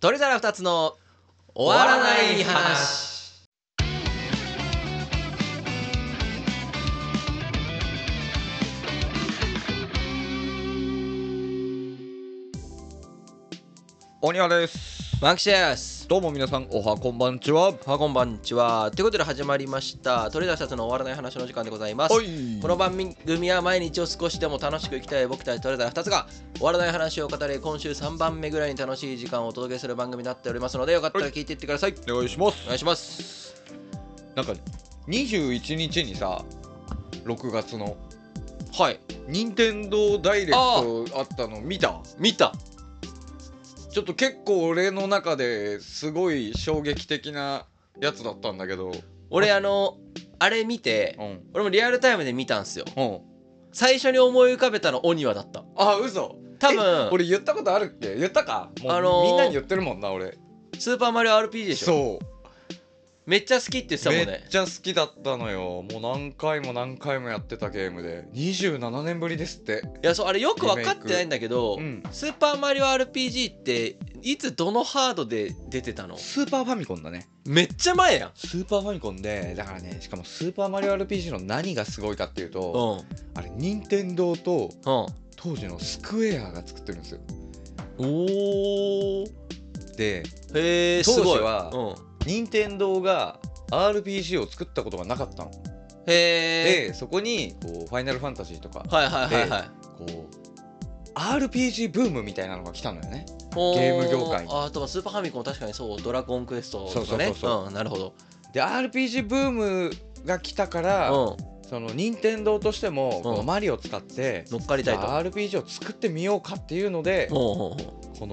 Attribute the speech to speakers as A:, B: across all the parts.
A: 鳥皿二つの終わらない話。
B: おにわです
A: マンクシェアス。
B: どうも皆さんおはこんばんちは
A: あこんばんちは。ということで始まりました。鳥皿二つの終わらない話の時間でございます。
B: い
A: この番組は毎日を少しでも楽しく生きたい僕たちトレーダー2つが終わらない話を語り今週3番目ぐらいに楽しい時間をお届けする番組になっておりますのでよかったら聞いていってください
B: お願いします
A: お願いします
B: なんか21日にさ6月の
A: はい
B: 任天堂ダイレクトあったの見た
A: 見た
B: ちょっと結構俺の中ですごい衝撃的なやつだったんだけど
A: 俺あのあれ見て
B: うん
A: 俺もリアルタイムで見たんすよ
B: うん
A: 最初に思い浮かべたのお庭だった
B: あ嘘
A: 多
B: え
A: 分
B: 俺言ったことあるっけ言ったかもう、
A: あのー
B: みんなに言ってるもんな俺
A: スーパーマリオ RPG でしょ
B: そう
A: めっちゃ好きって言ってたもん
B: め
A: ね
B: っちゃ好きだったのよもう何回も何回もやってたゲームで27年ぶりですって
A: いやそうあれよく分かってないんだけど、
B: うん
A: スーパーマリオ RPG っていつどのハードで出てたの
B: スーパーファミコンだね
A: めっちゃ前やん
B: スーパーファミコンでだからねしかもスーパーマリオ RPG の何がすごいかっていうと、
A: うん
B: あれ任天堂と
A: うん
B: 当時のスクエアが作ってるんですよ
A: おー
B: で
A: へえ
B: 当
A: す
B: 時
A: ごい
B: は
A: うん、
B: 任天堂が RPG を作ったことがなかったの
A: へえ
B: でそこにこう「ファイナルファンタジー」とか
A: はいはいはいはい
B: こう RPG ブームみたいなのが来たのよね
A: お
B: ゲーム業界
A: あとはスーパーファミコン確かにそうドラゴンクエストと
B: そう
A: か
B: そうそ
A: ね
B: うそ
A: んなるほど
B: で RPG ブームが来たから、
A: う
B: その任天堂としても、こう
A: うん
B: マリオを使って
A: ん乗っかりたいと
B: RPG を作ってみようかっていうので、
A: ほうほうほう
B: こ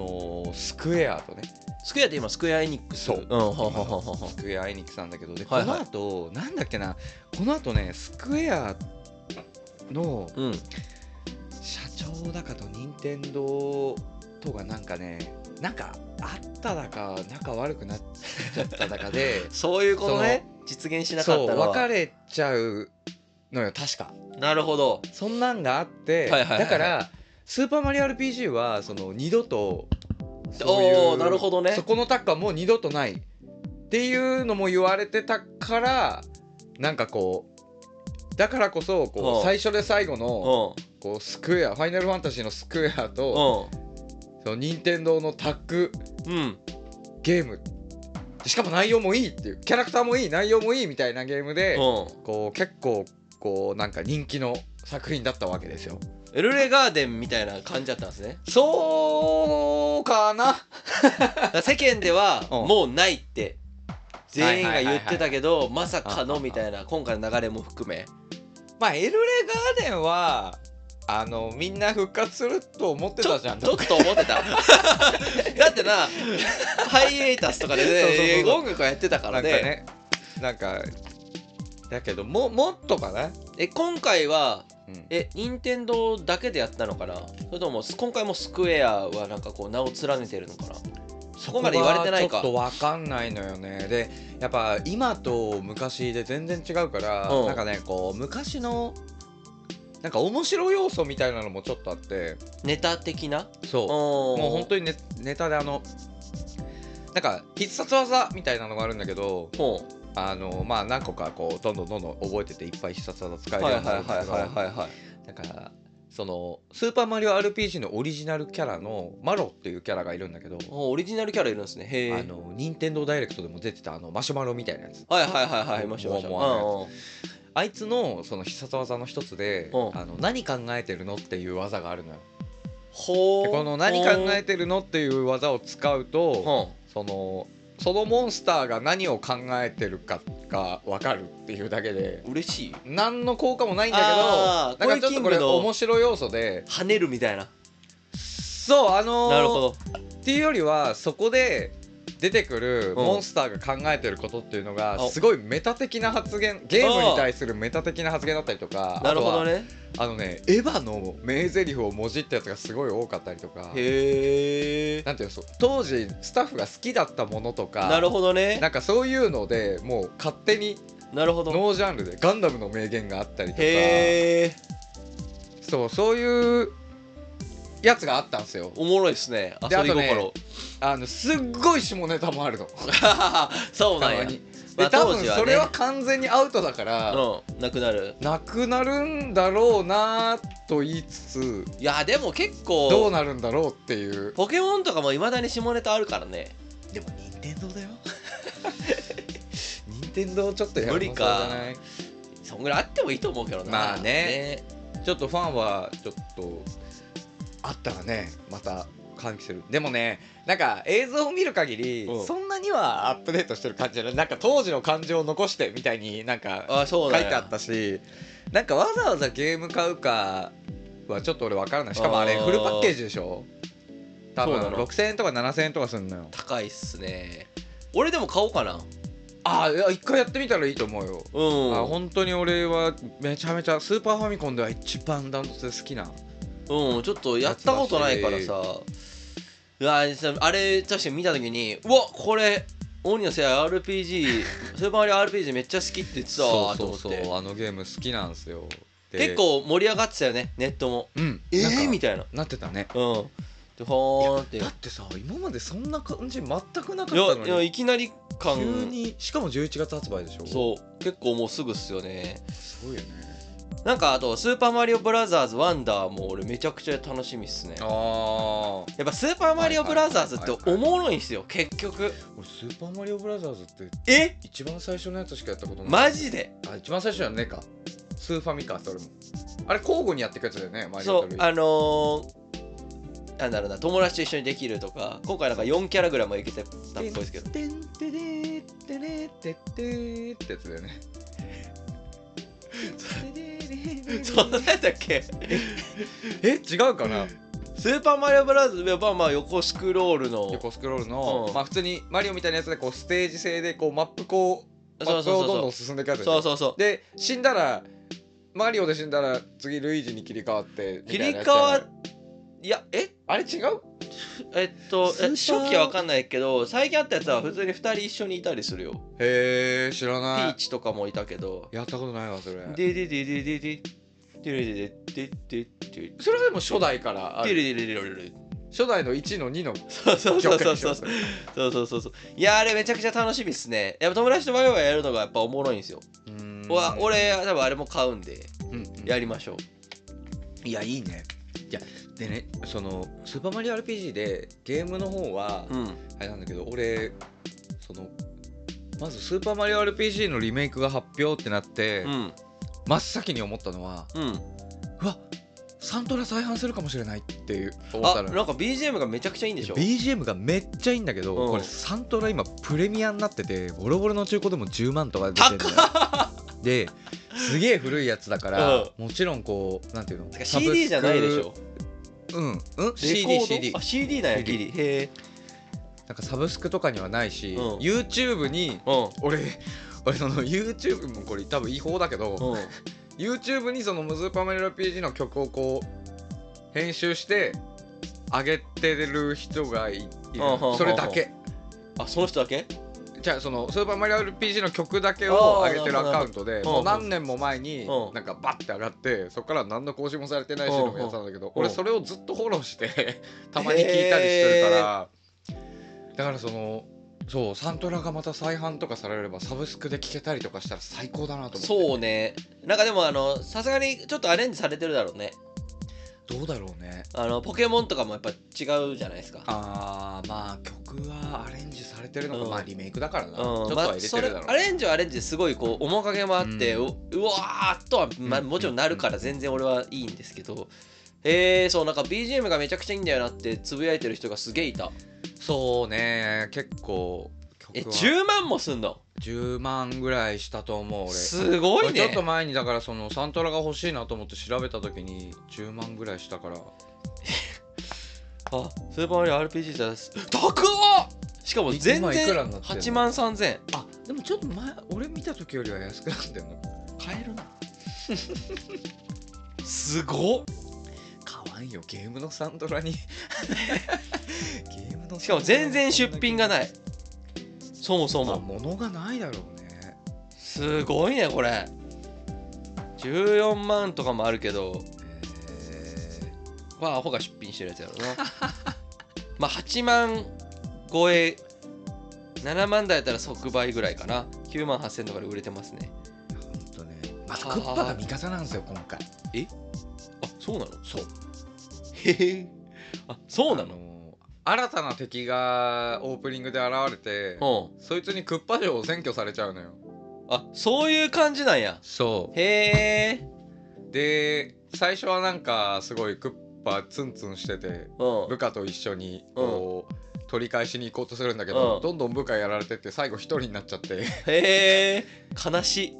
B: のスクエアとね
A: スクエアって今スクエアエニックス
B: そう
A: うんほうほうほうほうほう
B: スクエアエニックスなんだけどで、
A: はいはい
B: この後なんだっけなこの後ねスクエアの
A: うん
B: 社長だかと任天堂とがなんかねなんかあっただか仲悪くなっちゃっただかで
A: そういうことね実現しなか
B: そ
A: っ
B: う
A: たのは
B: 別れちゃうのよ確か。
A: なるほど
B: そんなんがあって、
A: はいはいはいはい
B: だから「スーパーマリオ RPG」はその二度と
A: おーなるほどね
B: そこのタッグはもう二度とないっていうのも言われてたからなんかこうだからこそこ
A: うん
B: う最初で最後
A: う
B: の
A: ん
B: こうスクエア「ファイナルファンタジー」のスクエアとその任天堂のタッグ
A: うんうん
B: ゲームしかも内容もいいっていうキャラクターもいい内容もいいみたいなゲームで
A: うん
B: こう結構こうなんか人気の作品だったわけですよ。
A: エルレガーデンみたいな感じだったんですね
B: そうかな
A: だから世間では
B: うん
A: もうないって全員が言ってたけどまさか
B: うんうん
A: の
B: うん
A: みたいな今回の流れも含め
B: まあエルレガーデンはあのみんな復活すると思って
A: ちょ
B: た
A: っ
B: じゃん
A: と思って ただってなハイエイタスとかで
B: そうそうそう
A: ね
B: そう
A: 音楽はやってたから
B: なんか
A: ね
B: ねなんかだけどももっとかな、
A: え今回は
B: うん
A: え任天堂だけでやったのかなそれとも今回もスクエアはなんかこう名を連ねてるのかなそこまで言われてないか
B: ちょっとわかんないのよねでやっぱ今と昔で全然違うから、
A: うん
B: なんかねこう昔のなんか面白要素みたいなのもちょっとあって
A: ネタ的な
B: そう
A: も
B: もう本当にネネタであのなんか必殺技みたいなのがあるんだけど
A: 当ほ
B: あのまあ何個かこうどんどんどんどん覚えてていっぱい必殺技使
A: う
B: える
A: はい
B: よう
A: はい
B: にな
A: は
B: る
A: い
B: んだ
A: はい
B: けど
A: はいはい
B: だからその「スーパーマリオ RPG」のオリジナルキャラのマロっていうキャラがいるんだけど
A: おオリジナルキャラいるんですねへえ
B: あの任天堂ダイレクトでも出てたあのマシュマロみたいなやつ
A: はいはいはいはいいましたいました
B: もうもあいつのその必殺技の一つで
A: うん
B: あの何考えてるのっていう技があるのよ
A: ほ
B: で
A: う
B: この何考えてるのっていう技を使うと
A: ほ
B: そのそのモンスターが何を考えてるかが分かるっていうだけで
A: う嬉しい
B: 何の効果もないんだ
A: あー
B: けどなんかちょっとこ
A: これキング
B: れ
A: の
B: 面白い要素で
A: 跳ねるみたいな
B: そうあのー
A: なるほど
B: っていうよりはそこで出てくるモンスターが考えてることっていうのが
A: うん
B: すごいメタ的な発言ゲームに対するメタ的な発言だったりとか
A: なるほど
B: あとは
A: ね
B: あのねエヴァの名台詞をもじったやつがすごい多かったりとか
A: へえ
B: なんていうのそう当時スタッフが好きだったものとか
A: なるほどね
B: なんかそういうのでもう勝手に
A: なるほど
B: ノージャンルでガンダムの名言があったりとか
A: へえ
B: そうそういうやつがあったんですよ
A: おもろいっすね
B: で
A: 遊び
B: あとね
A: 心
B: あのすっごい下ネタもあるの
A: そう
B: た
A: なん
B: ま
A: や
B: に。
A: ま
B: で
A: あ
B: 多
A: 当
B: 分
A: 時はね
B: それは完全にアウトだから、
A: うん、なくなる。
B: なくなるんだろうなと言いつつ
A: いや、でも結
B: どう
A: 構、
B: なるんだろうっていう
A: ポケモンとかもいまだに下ネタあるからね。
B: でも任天堂だ よ任天堂ちょっとやば
A: 無
B: そ
A: 理
B: うじ
A: か
B: ゃない
A: そんぐらいあってもいいと思うけどな。
B: まあねちょっとファンはちょっとあったらねまた歓喜するでもねなんか映像を見る限り、
A: うん
B: そんなにはアップデートしてる感じじゃないなんか当時の感情を残してみたいになんか
A: あ、そうな
B: 書
A: ん
B: い
A: や
B: てあったしなんかわざわざゲーム買うかはちょっと俺分からないしかもあれ
A: あー
B: フルパッケージでしょ多分
A: そうなの
B: 6000円とか7000円とかすんのよ
A: 高いっすね。俺でも買おうかな。
B: ああ一回やってみたらいいと思うよ、
A: うん。
B: あ本当に俺はめちゃめちゃスーパーファミコンでは一番ダントツで好きな
A: うん、ちょっとやったことないからさ。いやあれ、確かに見たときに、うわこれ、鬼のせい RPG、スー パーマリオ RPG めっちゃ好きって言ってたわと思って。
B: あのゲーム好きなんですよで
A: 結構盛り上がってたよね、ネットも。
B: うん
A: え
B: なんか
A: ー、みたいな。
B: なってたね
A: うん。で、ほーんって。い
B: だってさ今までそんな感じ全くなかったの
A: や、
B: に
A: いやいきなり感。
B: 急にしかも11月発売でしょ
A: そう結構もうすぐっすよね
B: すごいよね
A: なんかあと「スーパーマリオブラザーズワンダー」も俺めちゃくちゃ楽しみっすねや
B: ああ
A: っぱ「スーパーマリオブラザーズ」って
B: はいは
A: お
B: いはいはい
A: もろいんすよ結局
B: 俺スーパーマリオブラザーズって
A: え
B: 一番最初のやつしかやったことない
A: マジで
B: あ一番最初じゃねえかスーファミかそれもあれ交互にやっていくやつだよねマリオ
A: そ
B: と
A: う
B: ルイ
A: あのー、なんだろうな友達と一緒にできるとか今回なんか4キャラぐらいもいけてたっぽいですけど
B: てんてれーてれーてってーってやつだよね
A: そんなやったっけ
B: え違うかな
A: スーパーマリオブラザーズはまあまあ横スクロールの
B: 横スクロールの、
A: うん
B: まあ普通にマリオみたいなやつでこうステージ制でこうマップこうマ
A: そう
B: ップ
A: そう
B: をどんど
A: そ
B: ん
A: う
B: 進んでいくやつでし
A: そ
B: ょ
A: うそうそう
B: で死んだらマリオで死んだら次ルイージに切り替わってみ
A: 切
B: たい
A: り
B: なやつ
A: 替
B: じゃない
A: わいやえ
B: あれ違う
A: えっと、
B: スー
A: え
B: パ
A: 初
B: ー
A: 期は分かんないけど、最近あったやつは普通に2人一緒にいたりするよ。
B: へえ知ら
A: ピ
B: な
A: ー
B: い
A: チとかもいたけど。
B: やったことないわそれ
A: でででででで、でででででで、
B: それでも初代からあ
A: で
B: る
A: でででででで。
B: 初代の1の2の
A: そうそうそうそうそう。
B: 曲でし
A: そうそうそうそう。いや、あれめちゃくちゃ楽しみっすね。やっぱ友達とワイワイやるのがやっぱおもろいんですよ。
B: ょうーん
A: わ俺、多分あれも買うんで、
B: うんうん
A: やりましょう。
B: いやいいねいやでねその「スーパーマリオ RPG」でゲームの方は、
A: うん。
B: あれなんだけど俺そのまず「スーパーマリオ RPG」のリメイクが発表ってなって、
A: うん。
B: 真っ先に思ったのは
A: うん。
B: うわサントラ再販するかもしれないっていう思った
A: あ、
B: の
A: なんか BGM がめちゃくちゃいいんでしょ
B: BGM がめっちゃいいんだけど、
A: うん
B: これサントラ今プレミアになっててボロボロの中古でも10万とかで出てるんだよですげえ古いやつだから、
A: うん
B: もちろんこうなんていうの
A: てか CD じゃないでしょ。
B: サブスクうんうん
A: CD、
B: CDCD
A: あ、CD なんや、ギ
B: CD
A: リ。へえ。
B: なんかサブスクとかにはないし、
A: うん
B: YouTube に
A: うん。
B: 俺俺その YouTube もこれ多分違法だけど、
A: うん。
B: YouTube にそのムズーパーマリオ RPG の曲をこう編集して上げてる人がいいる
A: うんうんうん
B: それだけ
A: あその人だけ
B: じゃあそのスーパーマリオ RPG の曲だけを
A: あー
B: 上げてるアカウント
A: ほ
B: で
A: ど
B: もう何年も前に
A: うん
B: なんかバッて上がってそこから何の更新もされてないし
A: うん
B: のもやつなんだけど
A: うん
B: 俺それをずっとフォローして たまに聞いたりしてるからだからそのそうサントラがまた再販とかされればサブスクで聴けたりとかしたら最高だなと思って
A: そうねなんかでもあのさすがにちょっとアレンジされてるだろうね
B: どうだろうね
A: あのポケモンとかもやっぱ違うじゃないですか
B: あーまあ曲はアレンジされてるのか、
A: うん
B: まあリメイクだからな、
A: う
B: ちょっとは入れてるだ
A: まあ
B: ろ
A: それ
B: う
A: アレンジはアレンジですごいこう面影もあって、う
B: うん
A: うわーっとは、まあ、
B: うん
A: もちろんなるから全然俺はいいんですけど、えー、そうなんか BGM がめちゃくちゃいいんだよなってつぶやいてる人がすげえいた
B: そうね結構
A: え
B: 曲は
A: 10万もすんの
B: 10万ぐらいしたと思う俺
A: すごい
B: 俺ちょ
A: ね
B: っと前にだからそのサントラが欲しいなと思って調べた時に10万ぐらいしたから
A: あスーパーマリオ RPG です高っしかも全
B: 今いくら
A: 然
B: になってんの
A: 8万3000
B: あでもちょっと前俺見た時よりは安くなってんの
A: 買えるな すごっ
B: 買わんよゲームのサントラに ゲームの
A: しかも全然出品がない
B: そ
A: そもそ
B: んな
A: も
B: も物がないだろうね
A: すごいねこれ14万とかもあるけど
B: え ー
A: まあアホが出品してるやつやろなまあ8万超え7万台やったら即売ぐらいかな9万8000とかで売れてますね
B: 本当ねあとクッパが味方なんですよ今回
A: あそうなの
B: そう
A: へえあそうな
B: あ
A: の
B: の新たな敵がオープニングで現れて
A: う
B: そいつにクッパ城を占拠されちゃうのよ
A: んあそういう感じなんや
B: そ
A: へえ
B: うで最初はなんかすごいクッパツンツンしてて
A: うん
B: 部下と一緒にこう、取り返しに行こうとするんだけど、
A: うん
B: どんどん部下やられてって最後一人になっちゃって
A: へえ悲しい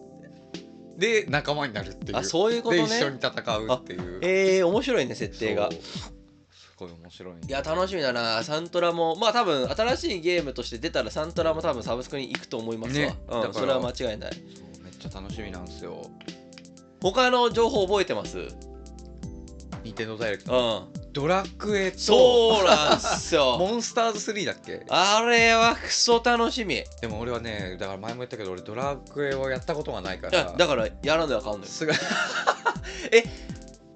B: で仲間になるっていう
A: あそういうことね
B: で一緒に戦うっていう
A: えー、面白いね設定が
B: そうすごい面白い
A: いや楽しみだなサントラもまあ多分新しいゲームとして出たらサントラも多分サブスクに行くと思いますわ、
B: ねだ
A: う
B: か
A: ん、
B: ら
A: それは間違いない
B: そうめっちゃ楽しみなんですよ
A: 他の情報覚えてますうん
B: ニンテンドーダイレクトドラクエと
A: そうなんす よ
B: モンスターズ3だっけ
A: あれはクソ楽しみ
B: でも俺はねだから前も言ったけど俺ドラクエをやったことがないか
A: いや
B: ら
A: だからやらんであかんのよ
B: すごい え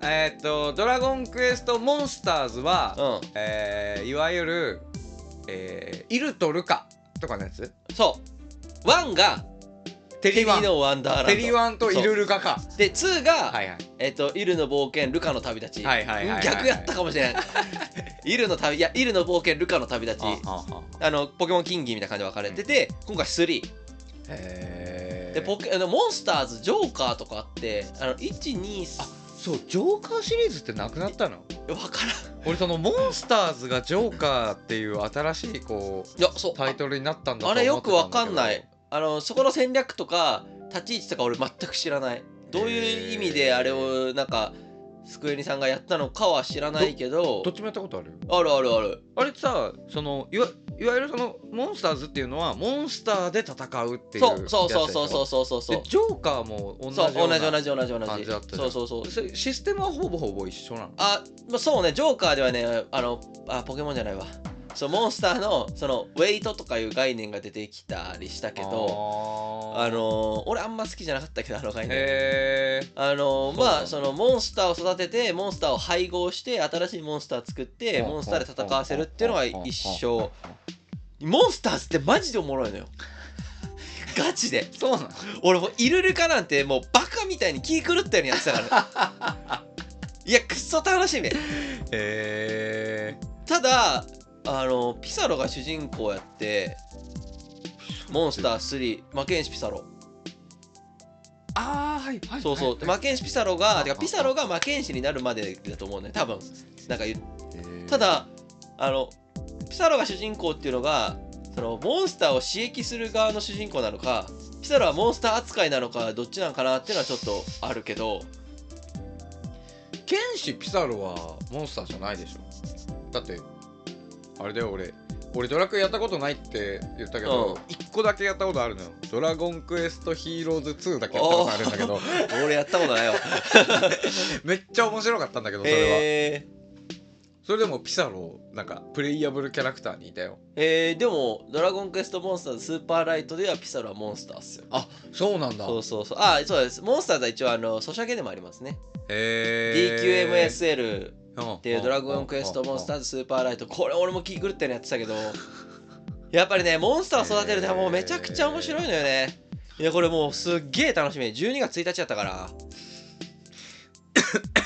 B: えーっと「ドラゴンクエストモンスターズは」
A: う
B: えーいわゆる、えーイルとルカとかのやつ
A: んそうワンが
B: テ
A: テリ
B: リワン
A: ーのワンダーランド
B: テリワンとイルルカか
A: で2が、
B: はいはい
A: えっとイルの冒険ルカの旅立ち、
B: はいはいはいはい
A: 逆やったかもし れないイルの旅いやイルの冒険ルカの旅立ち
B: あああ
A: あのポケモン金銀みたいな感じで分かれてて、今回3
B: へ
A: でポケあのモンスターズジョーカーとかあってあの12
B: あそうジョーカーシリーズってなくなったの
A: 分からん
B: 俺そのモンスターズがジョーカーっていう新しいこう
A: いやそう
B: タイトルになったんだ
A: あ
B: と思ってたんだ
A: れ
B: けど
A: よく分かんないあのそこの戦略とか立ち位置とか俺全く知らないどういう意味であれをなんかスクエニさんがやったのかは知らないけど
B: どっちもやったことある
A: あるあるある
B: あれってさそのいわいわゆるそのモンスターズっていうのはモンスターで戦うっていう
A: そうそうそうそうそううそうそうそう
B: ジョーカーも同じよ
A: そうう同じ
B: な
A: 同じ同じ同
B: 感
A: じ
B: じだったじゃ
A: そ
B: ん
A: うそうそう
B: それシステムはほぼほぼ一緒なの
A: あ、まあ、そうねジョーカーではねあのあポケモンじゃないわそうモンスターのそのウェイトとかいう概念が出てきたりしたけどあ
B: あー
A: のー俺あんま好きじゃなかったけどあの概念
B: へえ
A: あのー
B: そうなんだ
A: まあそのモンスターを育ててモンスターを配合して新しいモンスター作ってモンスターで戦わせるっていうのが一生モンスターズってマジでおもろいのよ ガチで
B: そうなの
A: 俺もうイルルカなんてもうバカみたいに気狂ったようにやってたから ねいやくっそ楽しみ
B: へえ
A: ただあのピサロが主人公やってモンスター3マケンシピサロ
B: ああはいはい
A: そうそう、
B: はいはい
A: マケンシピサロが
B: あ
A: てか
B: あ
A: ピサロがマケンシになるまでだと思うね多分なんか言う
B: へー
A: ただあのピサロが主人公っていうのがそのモンスターを刺激する側の主人公なのかピサロはモンスター扱いなのかどっちなんかなっていうのはちょっとあるけど
B: 剣士ピサロはモンスターじゃないでしょだってあれだよ俺俺ドラクエやったことないって言った
A: う
B: け
A: ん
B: ど、一個だけやったことあるのよ「ドラゴンクエストヒーローズ2」だけやったことあるんだけど
A: 俺やったこと ないわ
B: めっちゃ面白かったんだけどそれは、
A: えー
B: それでもピサロなんかプレイヤブルキャラクターにいたよ
A: えー、でも「ドラゴンクエストモンスターズスーパーライト」ではピサロはモンスターっすよ
B: あそうなんだ
A: そうそうそう。あ、そうです。モンスターズは一応、あの、ソシャゲでもありますね。
B: へえ
A: DQMSL っ
B: DQMS って
A: いうドラゴンクエストモンスターズスーパーライト。これ俺も気狂ってのやってたけど、 やっぱりね、モンスターを育てるのはもうめちゃくちゃ面白いのよね。いや、これもうすっげえ楽しみ。12月1日だった から。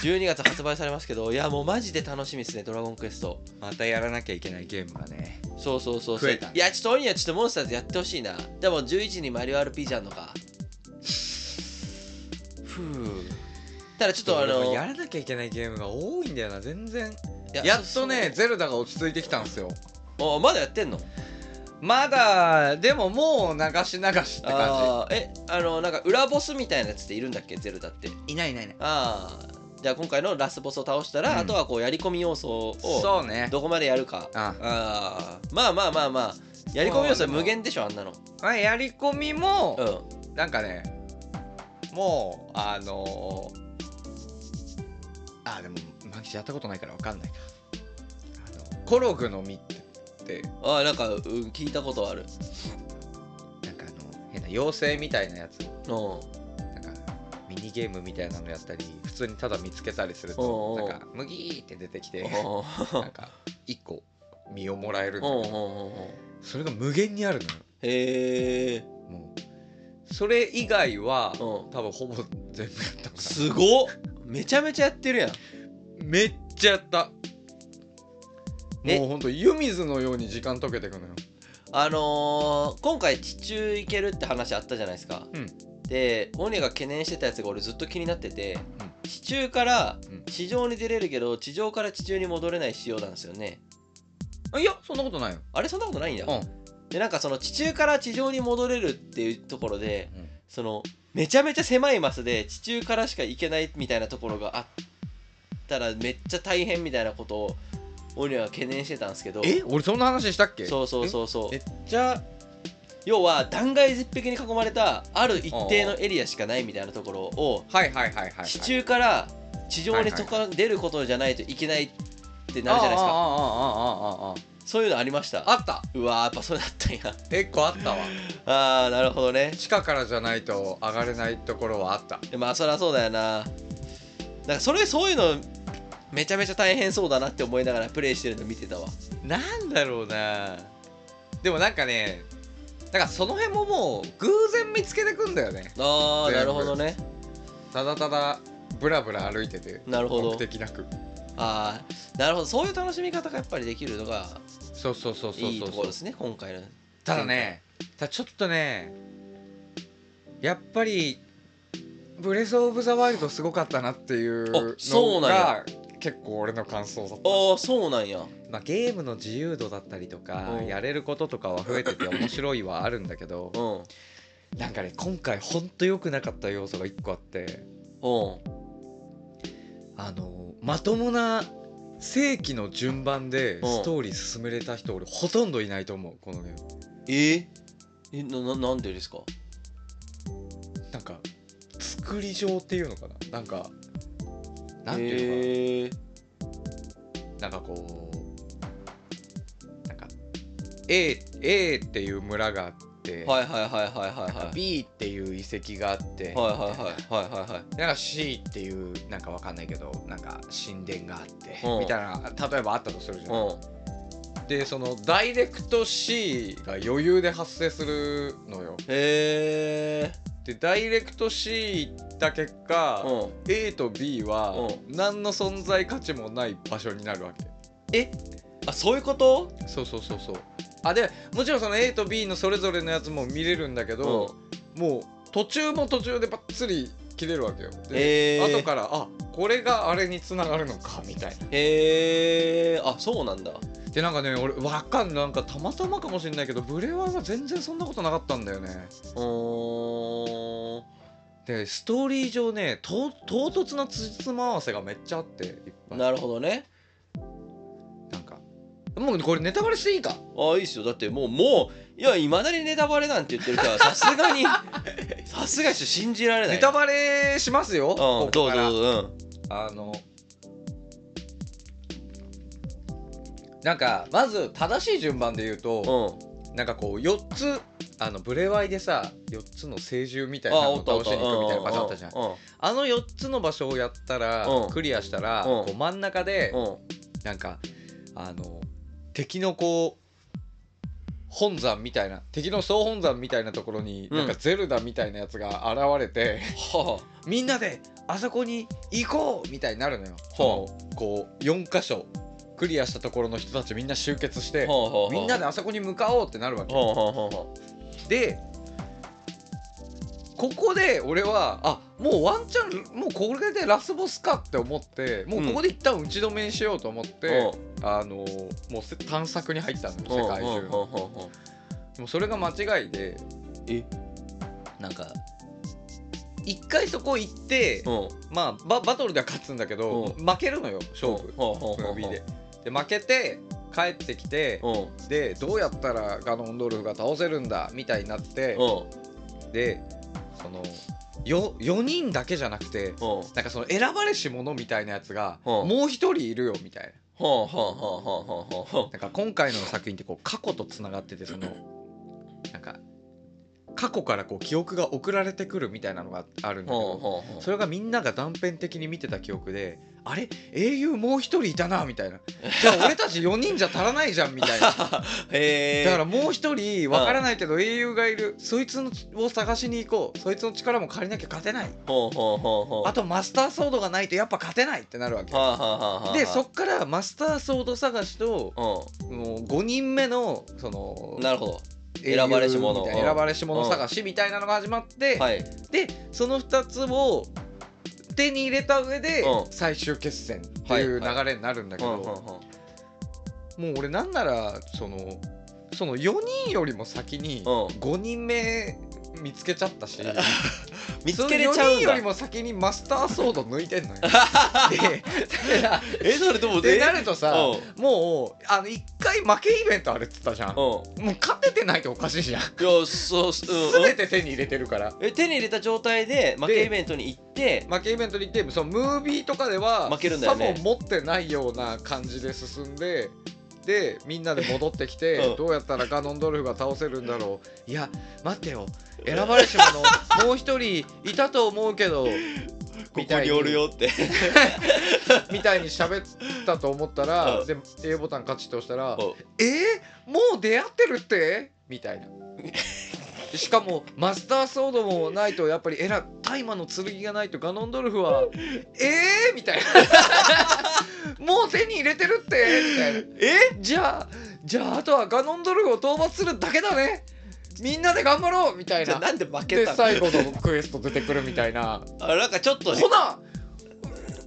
A: 12月発売されますけど、いや、もうマジで楽しみですね、ドラゴンクエスト。
B: またやらなきゃいけないゲームがね
A: そうそうそうそ
B: 増
A: う。
B: えたね
A: いや、ちょっと鬼はちょっとモンスターズやってほしいな。でも11時にマリオ RPG あんのか。ふう。ただちょっとあ
B: 俺
A: の
B: も、やらなきゃいけないゲームが多いんだよな全然
A: い
B: やっとね
A: そう
B: ゼルダが落ち着いてきたんですよ
A: そうあまだやってんの
B: まだでももう流し流しって感
A: あーえあのなんか裏ボスみたいなやつっているんだっけゼルダって
B: じいないいないいない
A: ああじゃあ今回のラスボスを倒したら、
B: うん
A: あとはこうやり込み要素を
B: そうね
A: どこまでやるか
B: あ
A: あーまあまあまあまあやり込み要素は無限でしょあんなの
B: まあやり込みも
A: う、ん
B: なんかねもうあのー、あでもマキシやったことないからわかんないかあのコログの実って
A: あーなんか、うん、聞いたことある
B: なんかあの変な妖精みたいなやつ
A: うんうん
B: なんかミニゲームみたいなのやったり普通にただ見つけたりする
A: おうお
B: と
A: う
B: なんか「麦ー」って出てきて
A: お
B: な
A: ー
B: んか1個身をもらえるんだ
A: うんうん
B: けど
A: うんう ん
B: それが無限にあるのよ
A: へえ
B: もうそれ以外は
A: う
B: 多分ほぼ全部やったか
A: すごっめちゃめちゃやってるやん
B: らめっちゃやった
A: え
B: もうほんと湯水のように時間溶けてくのよ
A: あのー今回地中行けるって話あったじゃないですか、
B: うん
A: でオネが懸念してたやつが俺ずっと気になってて、
B: うん
A: 地中から
B: うん
A: 地上に出れるけど地上から地中に戻れない仕様なんですよね
B: あいやそんなことないよ
A: あれそんなことないんだ、
B: うん
A: でなんかその地中から地上に戻れるっていうところでそのめちゃめちゃ狭いマスで地中からしか行けないみたいなところがあったらめっちゃ大変みたいなことをオネは懸念してたんですけど
B: え俺そんな話したっけ
A: そうそうそうそう
B: えじゃあ
A: 要は断崖絶壁に囲まれたある一定のエリアしかないみたいなところを
B: はいはいはいはいはい
A: 地中から地上にと
B: は
A: か出ることじゃないといけないってな
B: あ
A: るじゃな
B: あ
A: いですか
B: あああああああ
A: そういうのありました
B: ああった
A: うわーやっぱそうだったんや
B: 結構あったわ
A: あーなるほどね
B: 地下からじゃないと上がれないところはあった
A: でまあそりゃそうだよななんかそれそういうのめちゃめちゃ大変そうだなって思いながらプレイしてるの見てたわ
B: なんだろうなでもなんかねだからその辺ももう偶然見つけてくんだよね
A: あー
B: 全部
A: なるほどね
B: ただただブラブラ歩いてて
A: なるほ
B: 目
A: ど
B: 的なく
A: あーなるほどそういう楽しみ方がやっぱりできるのが
B: そうそうそうそう
A: いい
B: そ
A: と
B: う
A: ころですね今回の
B: ただねただちょっとねやっぱりブレス・オブ・ザ・ワイルドすごかったなっていう
A: あそうな
B: の
A: ん
B: が
A: や
B: 結構俺の感想だった
A: ああそうなんや
B: まあ、ゲームの自由度だったりとか
A: うん
B: やれることとかは増えてて面白いはあるんだけ ど
A: うんうん
B: なんかね今回ほんと良くなかった要素が1個あってあのまともな正規の順番で
A: ん
B: ストーリー進めれた人俺ほとんどいないと思うこのゲーム
A: ええなななんでですか
B: なんか作り上っていうのかななんかなんていうのかな、
A: えー、
B: なんかこうなんか A, A っていう村があって、
A: はいはいはいはいはい
B: なんか
A: はい
B: B っていう遺跡があっ
A: は
B: て、
A: いはいはいはいはいはい
B: なんか C っていうなんかわかんないけどなんか神殿があって、
A: うん
B: みたいな例えばあったとするじゃん、
A: うん
B: でそのダイレクト C が余裕で発生するのよ
A: へえ
B: でダイレクト C 行った結果、
A: ー、うん
B: A と B は
A: う
B: 何の存在価値もない場所になるわけ
A: あそういうこと
B: そうそうそうそうあでもちろんその A と B のそれぞれのやつも見れるんだけど、もう途中も途中でばっつり切れるわけよで、
A: へえー、
B: 後からあこれがあれにつながるのかみたいな
A: へえー、あそうなんだ
B: でなんかね俺わかんないなんかたまたまかもしれないけどブレワーは全然そんなことなかったんだよね
A: うーん
B: でストーリー上ねと唐突なつじつま合わせがめっちゃあっていっぱい
A: なるほどね
B: なんかもうこれネタバレしていいか
A: あいいっすよだってもうもういやいまだにネタバレなんて言ってるからさすがにさすがに信じられない
B: ネタバレしますよ、
A: うん
B: こ
A: ど
B: こ
A: う
B: か
A: ぞど
B: ら
A: うぞうん
B: あのなんかまず正しい順番で言うと、
A: うん
B: なんかこう4つあのブレワイでさ4つの聖獣みたいなのを倒しに行くみたいな場所あったじゃん
A: うんうん
B: あの4つの場所をやったら、
A: うん
B: クリアしたら、
A: うん
B: こう真ん中で、
A: うんうん
B: なんかあの敵のこう本山みたいな敵の総本山みたいなところに、
A: うん
B: なんかゼルダみたいなやつが現れて
A: は
B: みんなであそこに行こうみたいになるのよ。
A: ほ
B: そのこう4箇所クリアしたところの人たちみんな集結して
A: あ、はあはあ、
B: みんなであそこに向かおうってなるわけ
A: は。あはあはあは
B: でここで俺はあもうワンチャンもうこれでラスボスかって思ってもうここで一旦打ち止めにしようと思って、あのもうせ探索に入ったの
A: あうん
B: 世界中
A: うん
B: の
A: うんうんうん
B: もうそれが間違いで
A: え
B: なんか一回そこ行って
A: うん
B: まあババトルでは勝つんだけど負けるのよ勝負
A: はあはあはあはあ
B: B で。で負けて帰ってきて
A: うん
B: でどうやったらガノンドルフが倒せるんだみたいになって
A: うん
B: でそのよ4人だけじゃなくて
A: うんは
B: なんかその選ばれし者みたいなやつが
A: うん
B: もう一人いるよみたい
A: あはあはあはあはあはあ
B: ななんか今回の作品ってこう過去とつながっててそのなんか過去からこう記憶が送られてくるみたいなのがあるんだけ
A: ほう
B: ど
A: ほうほう
B: それがみんなが断片的に見てた記憶であれ英雄もう一人いたなみたいなじゃあ俺たち4人じゃ足らないじゃんみたいな
A: へえ
B: だからもう一人わからないけど英雄がいるそいつのを探しに行こうそいつの力も借りなきゃ勝てない
A: ほうほうほうほう
B: あとマスターソードがないとやっぱ勝てないってなるわけ
A: はあはあはあはあ
B: でそっからマスターソード探しと
A: う
B: もう5人目のその
A: んなるほ
B: 英雄
A: 選ばれし者
B: みたいな
A: うん
B: 選ばれし者探しみたいなのが始まって、
A: どはい
B: でその2つを手に入れた上で
A: うん
B: 最終決戦っていう
A: はい
B: 流れになるんだけ
A: うん
B: ど、
A: うんうん
B: もう俺なんならそのその4人よりも先に
A: うん
B: 5人目見つけちゃったし、
A: 見つけれちゃ
B: その
A: う
B: 4
A: ん
B: 人より
A: だ
B: も先にマスターソード抜いてんのよ。で
A: えそれでも
B: で
A: え
B: なるとさ
A: うん
B: もうあの1回負けイベントあるって言ったじゃん。も
A: う
B: う勝ててないっておかしいじゃん。
A: んいやそうすうん
B: 全て手に入れてるから。
A: え手に入れた状態で負けイベントに行って
B: 負けイベントに行ってそのムービーとかでは
A: 負けるんだよね
B: さも持ってないような感じで進んででみんなで戻ってきて、
A: うん
B: どうやったらガノンドルフが倒せるんだろういや待てよ選ばれし者 もう一人いたと思うけど
A: ここにおるよって
B: みたいに喋ったと思った
A: う
B: ら
A: ん
B: で A ボタンカチッと押したら
A: うん
B: 「えー、もう出会ってるって?」みたいな。しかもマスターソードもないとやっぱりえら大麻の剣がないとガノンドルフは「えー?」みたいな「もう手に入れてるって?」みたいな「えじゃあじゃああとはガノンドルフを討伐するだけだねみんなで頑張ろう」みたい
A: じゃあ
B: な。
A: なんで負け
B: で
A: たの
B: 最後のクエスト出てくるみたいな。
A: あなんかちょっと
B: ほな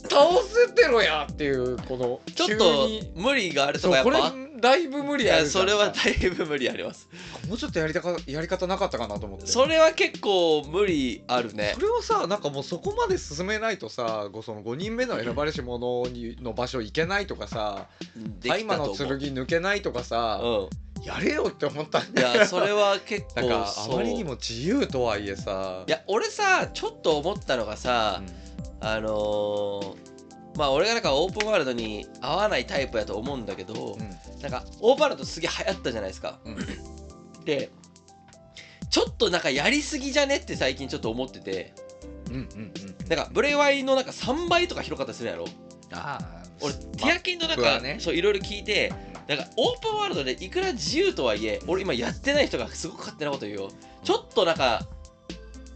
B: 倒せてろやっていうこの
A: ちょっ
B: 急
A: と
B: に
A: 無理があると
B: そ
A: かや
B: う
A: っ
B: これ
A: ぱ
B: だいぶ無理
A: い
B: や
A: や
B: るじゃ
A: そ
B: ん
A: れはだいぶ無理あります
B: もうちょっとやりたかやり方なかったかなと思ってそ
A: それは結構無理あるね
B: れをさなんかもうそこまで進めないとさごその5人目の選ばれし者にの場所行けないとかさ
A: で
B: 大
A: き
B: 麻
A: たと
B: の
A: 思
B: 剣
A: う
B: 抜けないとかさやれよって思ったん
A: うんい
B: だよ
A: やそれは結
B: なん
A: 構
B: かあ
A: そう
B: まりにも自由とはいえさ
A: いや俺さちょっと思ったのがさ、
B: う
A: あのーまあ俺がなんかオープンワールドに合わないタイプやと思うんだけど
B: ん、うん
A: なんかオープンワールドすげえ流行ったじゃないですか
B: うん
A: でちょっとなんかやりすぎじゃねって最近ちょっと思ってて
B: うんうん
A: なんかブレワイのなんか3倍とか広かったりするやろ
B: ああ
A: 俺ティアキンのなん
B: マップ
A: か、
B: はね
A: そういろいろ聞いてなんかオープンワールドでいくら自由とはいえ俺今やってない人がすごく勝手なこと言うよちょっとなんか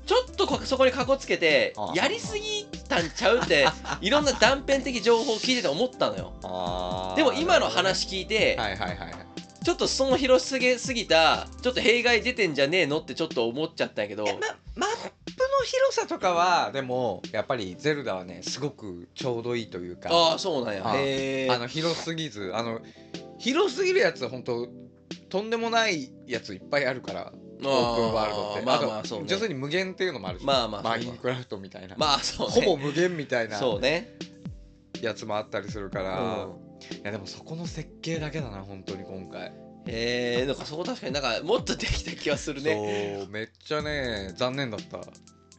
A: ちょっとこそこにかこつけて
B: ああ
A: やりすぎたんちゃうって いろんな断片的情報を聞いてて思ったのよ
B: あー
A: でも今の話聞いて、
B: はいはいはいはい
A: ちょっとその広すぎすぎたちょっと弊害出てんじゃねえのってちょっと思っちゃったんや けど
B: えまマップの広さとかはでもやっぱりゼルダはねすごくちょうどいいというか
A: ああそうなんや
B: ああ
A: へえ
B: あの広すぎずあの広すぎるやつ本当とんでもないやついっぱいあるから
A: オー
B: オープンワールドって
A: まあまあ
B: と
A: そうね
B: 要するに無限っていうのもあるし、
A: まあまあ
B: マ
A: そう
B: イン
A: か
B: クラフトみたいな、
A: まあそうね
B: ほぼ無限みたいな
A: そうね
B: やつもあったりするから、
A: うん
B: いやでもそこの設計だけだな本当に今回、
A: えー、なんかそこ確かになんかもっとできた気がするね
B: そうめっちゃね残念だった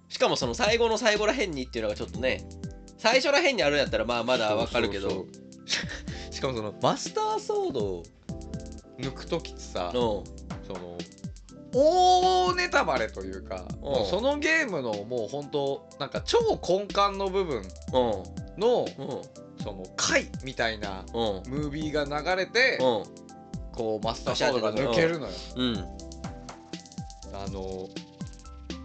A: しかもその最後の最後らへんにっていうのがちょっとね最初らへんにあるんやったらまあまだわかるけど
B: そうそうそうしかもそのマスターソードを抜く時ってさその大ネタバレというか
A: ん
B: もうそのゲームのもう本当なんか超根幹の部分
A: うん
B: の
A: うんうん
B: その回みたいな
A: うん
B: ムービーが流れてこうマスターソードが抜けるのよ。
A: うん
B: あの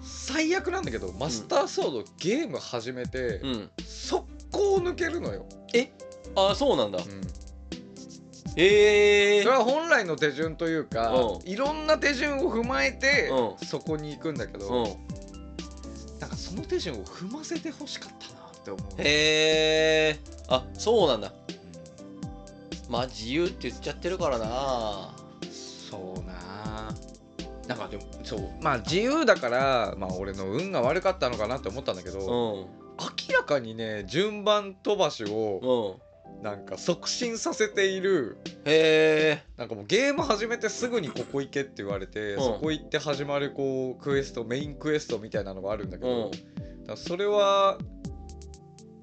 B: 最悪なんだけどマスターソードゲーム始めて
A: うんうん
B: 速攻抜けるのよ。
A: ああそうなんだ
B: うん
A: へえ
B: それは本来の手順というか、
A: うん
B: いろんな手順を踏まえて、
A: う
B: そこに行くんだけど、
A: うん
B: なんかその手順を踏ませてほしかったなって思う、
A: へえあそうなんだ
B: う
A: まあ自由って言っちゃってるからな
B: うんそうななんかでもそうまあ自由だから、まあ、俺の運が悪かったのかなって思ったんだけど、
A: うん
B: 明
A: うん
B: らかにね順番飛ばしをなんか促進させている
A: へえ
B: なんかもうゲーム始めてすぐにここ行けって言われて、
A: うん
B: そこ行って始まるこうクエストメインクエストみたいなのがあるんだけど、
A: うん
B: だからそれは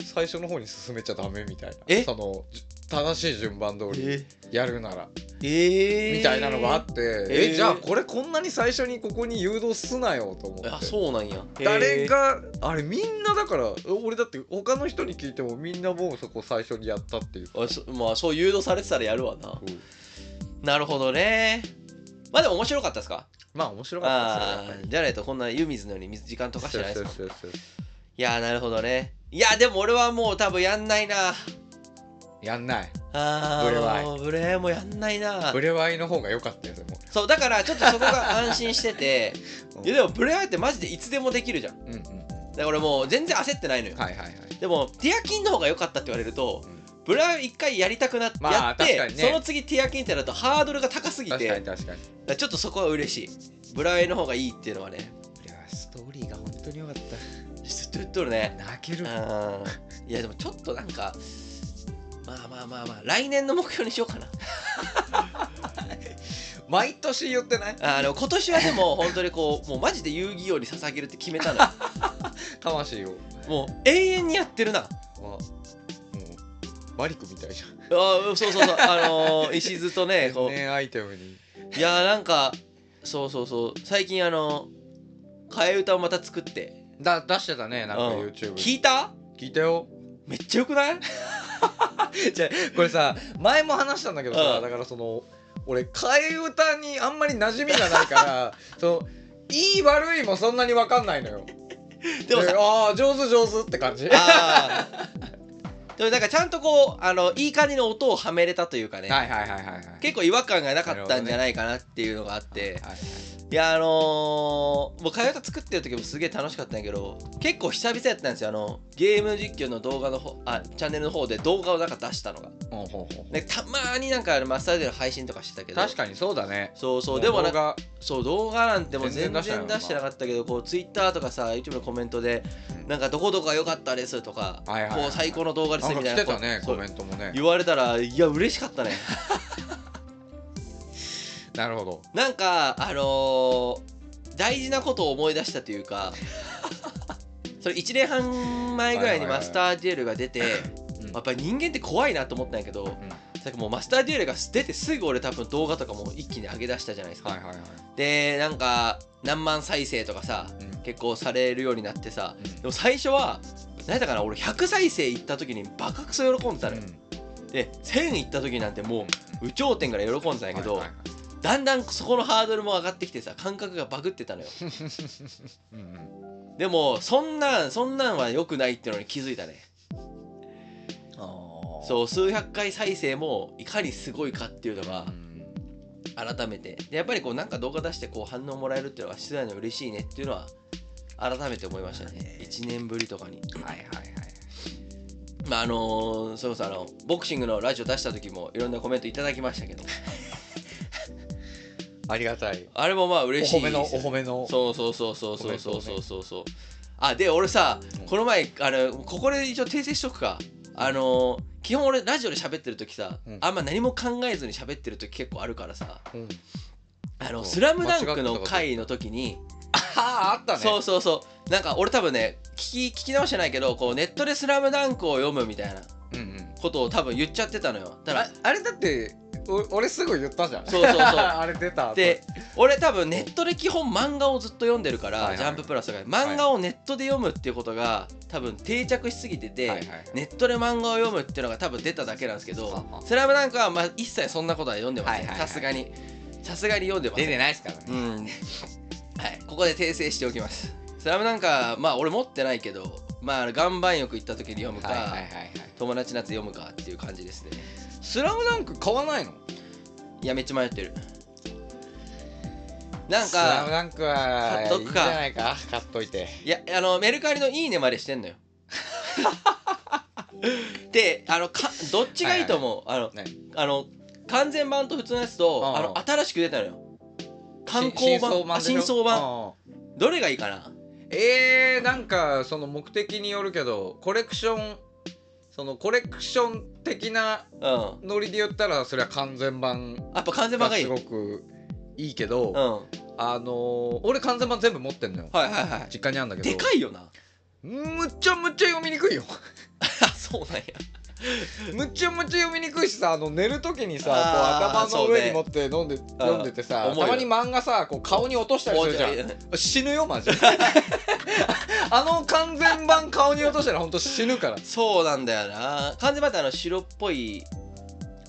B: 最初の方に進めちゃダメみたいな
A: え
B: そのじ正しい順番通り
A: え
B: やるなら
A: え
B: みたいなのがあって、え
A: えー
B: じゃあこれこんなに最初にここに誘導すなよと思って
A: あそうなんや
B: 誰があれみんなだから俺だって他の人に聞いてもみんなもうそこ最初にやったっていう
A: えーあそまあそう誘導されてたらやるわななるほどねまあでも面白かったですか
B: まあ面白かった
A: あ
B: ですよやっ
A: あ
B: ぱ
A: ー
B: り
A: じゃないとこんな湯水のように水時間溶かしてないですもん
B: そうそうそうそ
A: いやーなるほどねいやでも俺はもう多分やんないな
B: うやんない
A: あー
B: ブレワイ
A: もうブレもやんないな
B: ブレワイの方が良かったよでも
A: そうだからちょっとそこが安心して ていやでもブレワイってマジでいつでもできるじゃんだか
B: うんうんうん
A: ら俺もう全然焦ってないのよ、
B: はいはいはい
A: でもティアキンの方が良かったって言われると
B: うん
A: ブレワイ一回やりたくなって、
B: まあ
A: やって
B: 確かにね
A: その次ティアキンってなるとハードルが高すぎて
B: 確かに確か
A: だか
B: に
A: らちょっとそこは嬉しいブレワイの方がいいっていうのはね
B: ブレワイストーリーが本当に良かっ
A: ずっと言っとるね
B: た泣け
A: う
B: る
A: んいやでもちょっとなんかまあまあまあまあ来年の目標にしようかな
B: 毎年言ってない
A: あの今年はで も本当にこうもうマジで遊戯王に捧げるって決めたのよ
B: 魂を
A: もう永遠にやってるな
B: まあもうマリクみたいじゃん
A: あーそうそうそうあの ー、石津とね
B: 天
A: こ
B: 然アイテムに
A: ういやーなんかそうそうそう最近あのー、替え歌をまた作って
B: だ出してたねなんか
A: うん聞
B: YouTube 聞
A: いた
B: 聞いたよ
A: めっちゃよくない
B: じゃあこれさ前も話したんだけどさ、
A: うん
B: だからその俺替え歌にあんまり馴染みがないから そのいい悪いもそんなに分かんないのよ
A: でもさ
B: ああー上手上手って感じは
A: あーでもなんかちゃんとこうあのいい感じの音をはめれたというかね
B: いはいはいはいはい
A: 結構違和感がなかったんじゃないかなっていうのがあって、
B: はいはい
A: いやあのー、もう替え歌作ってる時もすげえ楽しかったんやけど結構久々やったんですよあのゲーム実況の動画のほあチャンネルの方で動画をなんか出したのが
B: ほうほうほう
A: でたまーになんかあのマッサージの配信とかしてたけど
B: 確かにそうだね
A: そうそうでもなんか
B: か
A: そう動画なんてもう全
B: 全
A: 然
B: 然
A: 出
B: 出してない
A: してなかったけどこうツイッターとかさ YouTube のコメントで
B: うん
A: なんかどこどこが良かったですとか
B: はいはいはい
A: こう最高の動画です
B: なん
A: み
B: か
A: たい
B: 来
A: な
B: てたね
A: こ
B: コ
A: う
B: メントもね
A: 言われたらいや嬉しかったね
B: なるほど
A: なんかあのー大事なことを思い出したという かそれ1年半前ぐらいに
B: はいはいはい
A: マスターデュエルが出て、
B: うん
A: やっぱり人間って怖いなと思ったんやけど、さっきもうマスターデュエルが出てすぐ俺多分動画とかも一気に上げ出したじゃないですか、
B: はいはいはい
A: でなんか何万再生とかさ
B: うん
A: 結構されるようになってさ
B: うん
A: でも最初は何だかな俺100再生いった時にバカクソ喜んでたのよ、で1000いった時なんてもう有頂天から喜んでたんやけど、
B: はいはいはい
A: だんだんそこのハードルも上がってきてさ感覚がバグってたのよ
B: うんうん
A: でもそんなんそんなんは良くないっていうのに気づいたね
B: あ
A: そう数百回再生もいかにすごいかっていうのが
B: ううん
A: 改めてでやっぱりこうなんか動画出してこう反応もらえるっていうのは室内の嬉しいねっていうのは改めて思いましたね1年ぶりとかに
B: はいはいはい
A: まああのーそれこそあのボクシングのラジオ出した時もいろんなコメントいただきましたけど
B: ありがたい
A: あれもまあ
B: お
A: 嬉しい
B: 褒めのお
A: です
B: 褒めの
A: そうそうそうそうそうそう
B: コメントを
A: そう
B: ね
A: そうそうあで俺さ
B: うん
A: この前あのここで一応訂正しとくかあのー基本俺ラジオで喋ってる時さ、
B: うん
A: あんま何も考えずに喋ってる時結構あるからさ
B: うん
A: 「あの
B: うん
A: スラムダン
B: 間違っ
A: ク
B: てた
A: の
B: こと
A: 回の時に
B: あああったね
A: そうそうそうなんか俺多分ね聞き聞き直してないけどこうネットで「スラムダンクを読むみたいな
B: うんうん
A: ことを多分言っちゃってたのよだか
B: あ
A: ら
B: あれだってお俺すぐ言ったじゃん
A: そうそうそう
B: あれ出た
A: で俺多分ネットで基本漫画をずっと読んでるから、
B: はいはい
A: ジャンププラスが漫画をネットで読むっていうことが多分定着しすぎてて、
B: はいはい
A: ネットで漫画を読むっていうのが多分出ただけなんですけど
B: は
A: 「
B: は
A: スラムダンクはまあ一切そんなことは読んでません
B: はいはいは
A: さ
B: い
A: すがにさすがに読んでません
B: ないですからね
A: うんはいここで訂正しておきます「スラムダンクはまあ俺持ってないけどまああの岩盤浴行った時に読むか、
B: はいはいはいはい
A: 友達のやつ読むかっていう感じですね
B: スラムダンク買わないの
A: いやめっちゃ迷ってるなん
B: スラム
A: か
B: ダンクは
A: 買っ
B: い
A: と
B: いん
A: く
B: じ
A: か
B: ゃないか買っといて
A: いやあのメルカリの「いいね」までしてん のよであのかどっちがいいと思う、あの
B: 何
A: あの完全版と普通のやつと
B: あ
A: あ
B: あ
A: の新しく出たのよ観光版あ
B: 新
A: 新
B: 装
A: 装
B: 版でし
A: 版
B: ょ
A: どれがいいかな
B: うんえーなんかその目的によるけどコレクションそのコレクション的な
A: うん
B: ノリで言ったらそれは完全版
A: やっぱ完全版
B: が
A: がいい
B: す
A: うんは
B: ごくいいけど、
A: いは
B: あのー俺完全版全部持ってんのよ、
A: いはい
B: 実家にあるんだけど
A: でかいよな
B: むっちゃむっちゃ読みにくいよ
A: あそう なんや
B: むっちゃむっちゃ読みにくいしさあの寝る時にさこ
A: あー
B: う頭の上に持って飲んで、読んでてさ
A: 重いよ
B: たまに漫画さこう顔に落としたりするじゃん死ぬよマジ であの完全版顔に落としたら本当死ぬから
A: そうなんだよな完全版ってあの白っぽい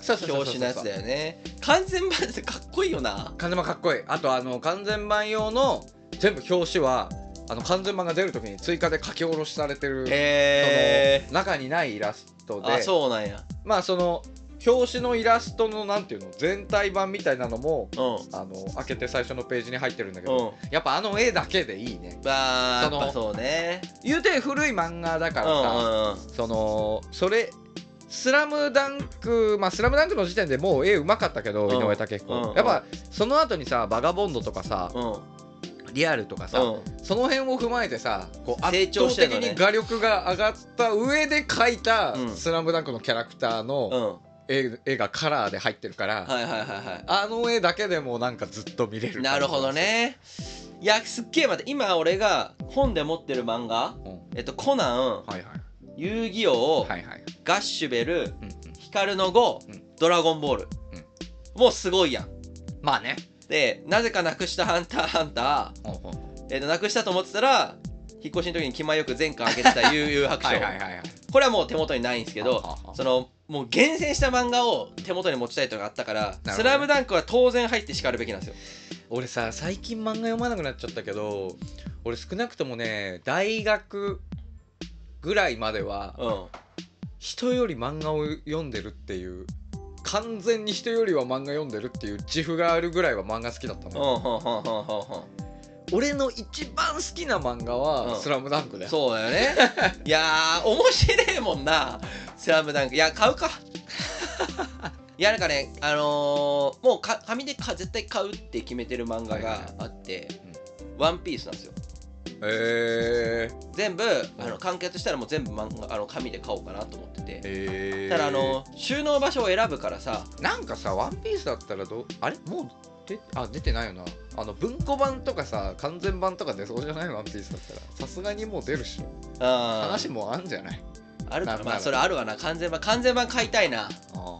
B: そうそうそうそう
A: 表紙のやつだよね完全版ってかっこいいよな
B: 完全版かっこいいあとあの完全版用の全部表紙はあの完全版が出る時に追加で書き下ろしされてる、
A: へえ
B: その中にないイラストで
A: あそうなんや
B: まあその表紙のイラストのなんていうの全体版みたいなのも
A: うん
B: あの開けて最初のページに入ってるんだけど、
A: うん
B: やっぱあの絵だけでいいね
A: まあや
B: そ
A: っ
B: の
A: ぱそうね
B: 言うて古い漫画だか
A: うん
B: ら
A: うん
B: さ、
A: うん
B: そのそれ「スラムダンクまあ「スラムダンクの時点でもう絵うまかったけど、
A: うん
B: 井上武彦、
A: うん
B: やっぱその後にさ「バガボンド」とかさ
A: うん
B: 「リアル」とかさ、
A: うん
B: その辺を踏まえてさこう圧
A: 成長
B: 倒
A: してん
B: 的
A: のね
B: に画力が上がった上で描いた
A: うん
B: 「スラムダンクのキャラクター
A: うん
B: の絵,、絵がカラーで入ってるから、
A: はいはいはいは
B: あの絵だけでもなんかずっと見れ
A: い
B: る
A: なるほどねいやすっげえ待って今俺が本で持ってる漫画
B: うん
A: えっとコナン
B: はいはい
A: 遊戯王
B: はいはい、
A: ガッシュベル
B: うんうん、
A: ヒカルの碁
B: うん
A: ドラゴンボール
B: うん
A: もうすごいやん
B: まあね
A: でなぜかなくしたハンターハンタ
B: ほうほうほう
A: ー、えー、となくしたと思ってたら引っ越しの時に気前よく全巻開けてた悠々白書、
B: はいはいはいはい
A: これはもう手元にないんですけ
B: は
A: ど
B: あはあはあ
A: そのもう厳選した漫画を手元に持ちたいとかあったから「
B: どね
A: スラムダンクは当然入ってしかるべきなんですよ
B: 俺さ最近漫画読まなくなっちゃったけど俺少なくともね大学ぐらいまでは
A: う
B: 人より漫画を読んでるっていう完全に人よりは漫画読んでるっていう自負があるぐらいは漫画好きだった
A: んう
B: の、
A: んうんうんうんうん
B: 俺の一番好きな漫画は
A: うん
B: 「スラムダンク
A: う
B: だ
A: ん
B: よ、
A: そうだよねいやー面白いもんな「スラムダンクいや買うか いやなんかねあのーもうか紙でか絶対買うって決めてる漫画があって「ワンピースなんですよ
B: へ
A: 全部あの完結したらもう全部漫画あの紙で買おうかなと思ってて
B: え
A: ただあの収納場所を選ぶからさ
B: なんかさ「ワンピースだったらどうあれもうであ出てないよなあの文庫版とかさ完全版とか出そうじゃないワンピースだったらさすがにもう出るっしょ
A: あ
B: 話もあんじゃない
A: あるから
B: なる
A: まあ
B: なる
A: それあるわな完全版完全版買いたいな
B: あ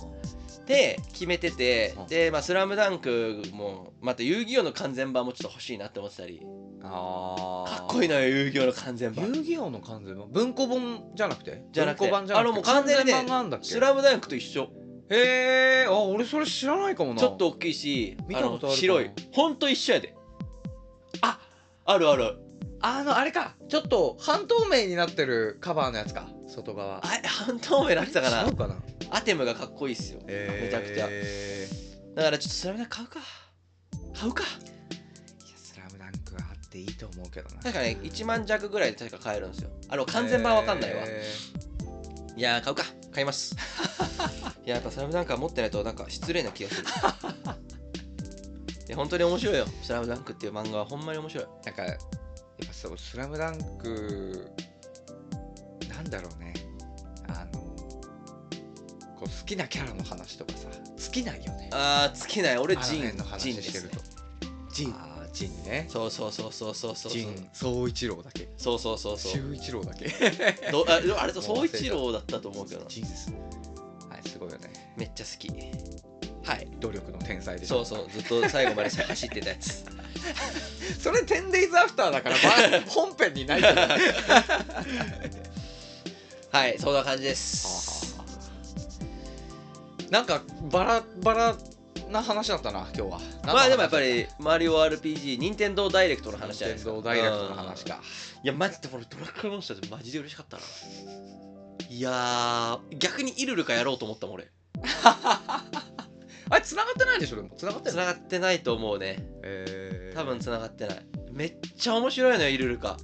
A: って決めてて
B: うん
A: で「まあスラムダンクもまた遊戯王の完全版もちょっと欲しいなって思ってたり
B: あ
A: かっこいいのよ遊戯王の完全版
B: 遊戯王の完全版文庫本じゃなくて
A: じゃなくて
B: 文庫版じゃなくて
A: あのもう完全にね
B: 版があんだ
A: 「
B: っけ
A: スラムダンクと一緒
B: へえあ俺それ知らないかもな
A: ちょっと大きいし
B: 見たことあるかな
A: の白いほんと一緒やで
B: あ
A: あるある
B: あのあれかちょっと半透明になってるカバーのやつか外側
A: あれ半透明なってたか
B: 違
A: な
B: うかな
A: アテムがかっこいいっすよめちゃくちゃ
B: え
A: だからちょっとスラムダンク買うか買うか
B: いやスラムダンクはあっていいと思うけどな
A: 確かね1万弱ぐらいで確か買えるんですよあの完全版わかんないわ、
B: へ
A: いやー買うか買います いややっぱスラムダンクは持ってないとなんか失礼な気が するいや本当に面白いよ「スラムダンクっていう漫画はほんまに面白い
B: ーなんかやっぱさ「スラムダンクなんだろうねあのこう好きなキャラの話とかさ尽きないよね
A: あー尽きない俺
B: あの
A: ジン
B: 辺の
A: ジ
B: 話
A: ンで
B: して
A: す、
B: る
A: ね
B: と、、
A: ジン
B: ああジンね
A: そうそうそうそうそうそう
B: ジン総一郎だけ
A: そうそうそうそう
B: 周一郎だけ
A: どあでもあれと
B: もう忘
A: 総
B: れた
A: 一郎だったと思うけどな
B: ジンですはいすごいよね
A: めっちゃ好きはい
B: 努力の天才でし
A: そ
B: ょ
A: うそうずっと最後まで走ってたやつ
B: それ 10days after だから、 まあ本編にないけどね
A: はいそんな感じです
B: なんかバラバラな話だったな今日は
A: まあでもやっぱりマリオ RPG 任天堂ダイレクトの話じゃないですか
B: 電動ダイレクトの話か
A: うんいやマジでこれドラクエモンスターズマジで嬉しかったないやー逆にイルルかやろうと思ったもん俺
B: あれ繋がってないでしょでも繋がって
A: 繋
B: ない
A: がってないと思うね
B: えー
A: 多分繋がってないめっちゃ面白いのよイルルか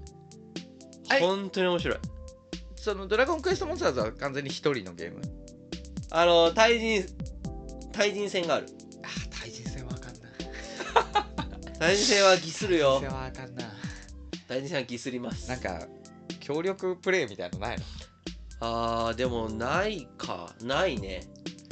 B: はい
A: 本当に面白い
B: そのドラゴンクエストモンスターズは完全に一人のゲーム
A: あの対人対人戦がある
B: あー対人戦はあかんな
A: 対人戦はギスるよ
B: 対人戦はあかんな
A: 対人戦はギスります
B: なんか協力プレイみたいなのないの
A: あーでもないかないね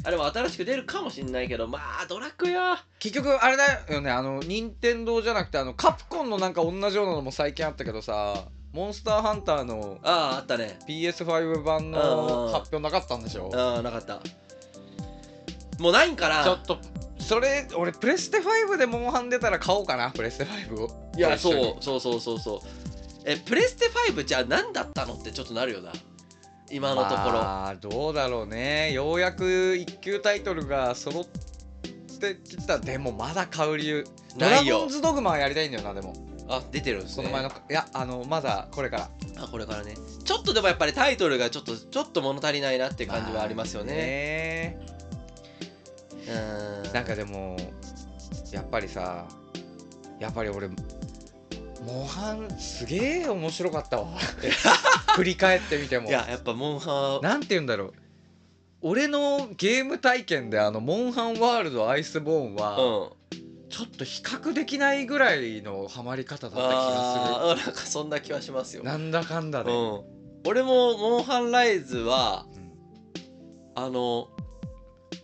A: あでも新しく出るかもしんないけどまあドラクエは
B: 結局あれだよねあの任天堂じゃなくてあのカプコンのなんか同じようなのも最近あったけどさモンスターハンターの
A: あああったね
B: PS5 版
A: うんう
B: の
A: ん
B: 発表なかったんでしょ
A: ああなかったもうないんかな
B: ちょっとそれ俺プレステ5でモンハン出たら買おうかなプレステ5を
A: いや
B: 最初に
A: そうそうそうそうそうえプレステ5じゃあ何だったのってちょっとなるよな今のところ、
B: まあどうだろうねようやく一級タイトルが揃ってきたでもまだ買う理由ド
A: な
B: ラ
A: い
B: ゴ
A: よ
B: ンズドグマはやりたいんだよなでも
A: あ出てるんです
B: そ
A: ね
B: の前のいやあのまだこれから
A: あこれからねちょっとでもやっぱりタイトルがちょっとちょっと物足りないなって感じはありますよね,、
B: ね
A: うーん
B: なんかでもやっぱりさやっぱり俺モンハンすげえ面白かったわ 振り返ってみても
A: いややっぱモンハン
B: なんて言うんだろう俺のゲーム体験であのモンハンワールドアイスボーンは、
A: うん
B: ちょっと比較できないぐらいのハマり方だった気が
A: あーなんかそんな気はします
B: す
A: よ
B: る。なんだかんだ
A: う
B: で。
A: ん俺もモンハンライズは
B: うん
A: あの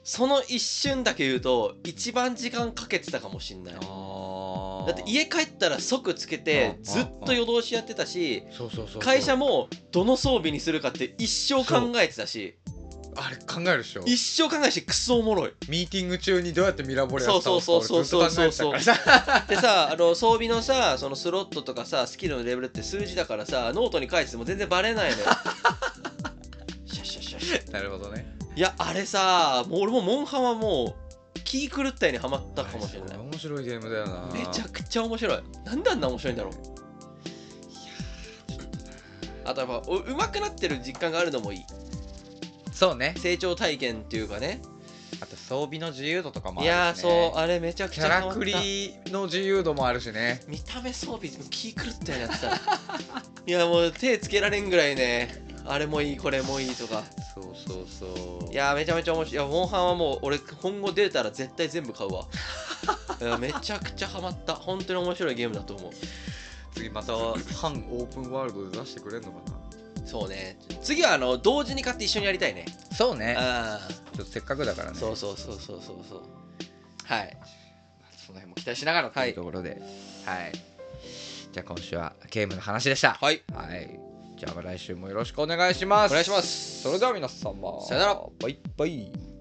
A: その一瞬だけ言うと一番時間かけてたかもしんない
B: あ
A: だって家帰ったら即つけて
B: うん
A: ずっと夜通しやってたし
B: そうそうそうそう
A: 会社もどの装備にするかって一生考えてたし
B: あれ考えるでしょ
A: 一生考えるしクソおもろい
B: ミーティング中にどうやってミラボレアス倒すか
A: そうそうそう
B: 俺ずっと考えてたからさ
A: でさあの装備のさそのスロットとかさスキルのレベルって数字だからさノートに書いてても全然バレないのよシャッシャッシャッシャッ
B: なるほどね
A: いやあれさもう俺もモンハンはもう気狂ったようにハマったかもしれない
B: あ面白いゲームだよな
A: めちゃくちゃ面白いなんであんな面白いんだろうあとやっぱお上手くなってる実感があるのもいい
B: そうね
A: 成長体験っていうかね
B: あと装備の自由度とかもあ
A: い
B: るし、ね、
A: やーそうあれめちゃく
B: キ
A: ちゃ
B: ャ
A: 変わっ
B: ラ
A: た
B: クリの自由度もあるしね
A: 見た目装備気狂ったようになってた いやもう手つけられんぐらいねあれもいいこれもいいとか
B: そうそうそう
A: いやーめちゃめちゃ面白いいやモンハンはもう俺今後出たら絶対全部買う わいやめちゃくちゃハマった本当に面白いゲームだと思う
B: 次また半オープンワールドで出してくれるのかな
A: そうね次はあの同時に買って一緒にやりたいね
B: そうね
A: あ
B: ちょっとせっかくだから
A: あ
B: ね
A: そうそうそうそうそうそうはい
B: その辺も期待しながらと
A: はいいう
B: ところで、はい。じゃあ今週はゲームの話でした。
A: はい
B: はい。じゃあ来週もよろしくお願いします。
A: お願いします
B: それでは皆様。
A: さよなら。
B: バイバイ。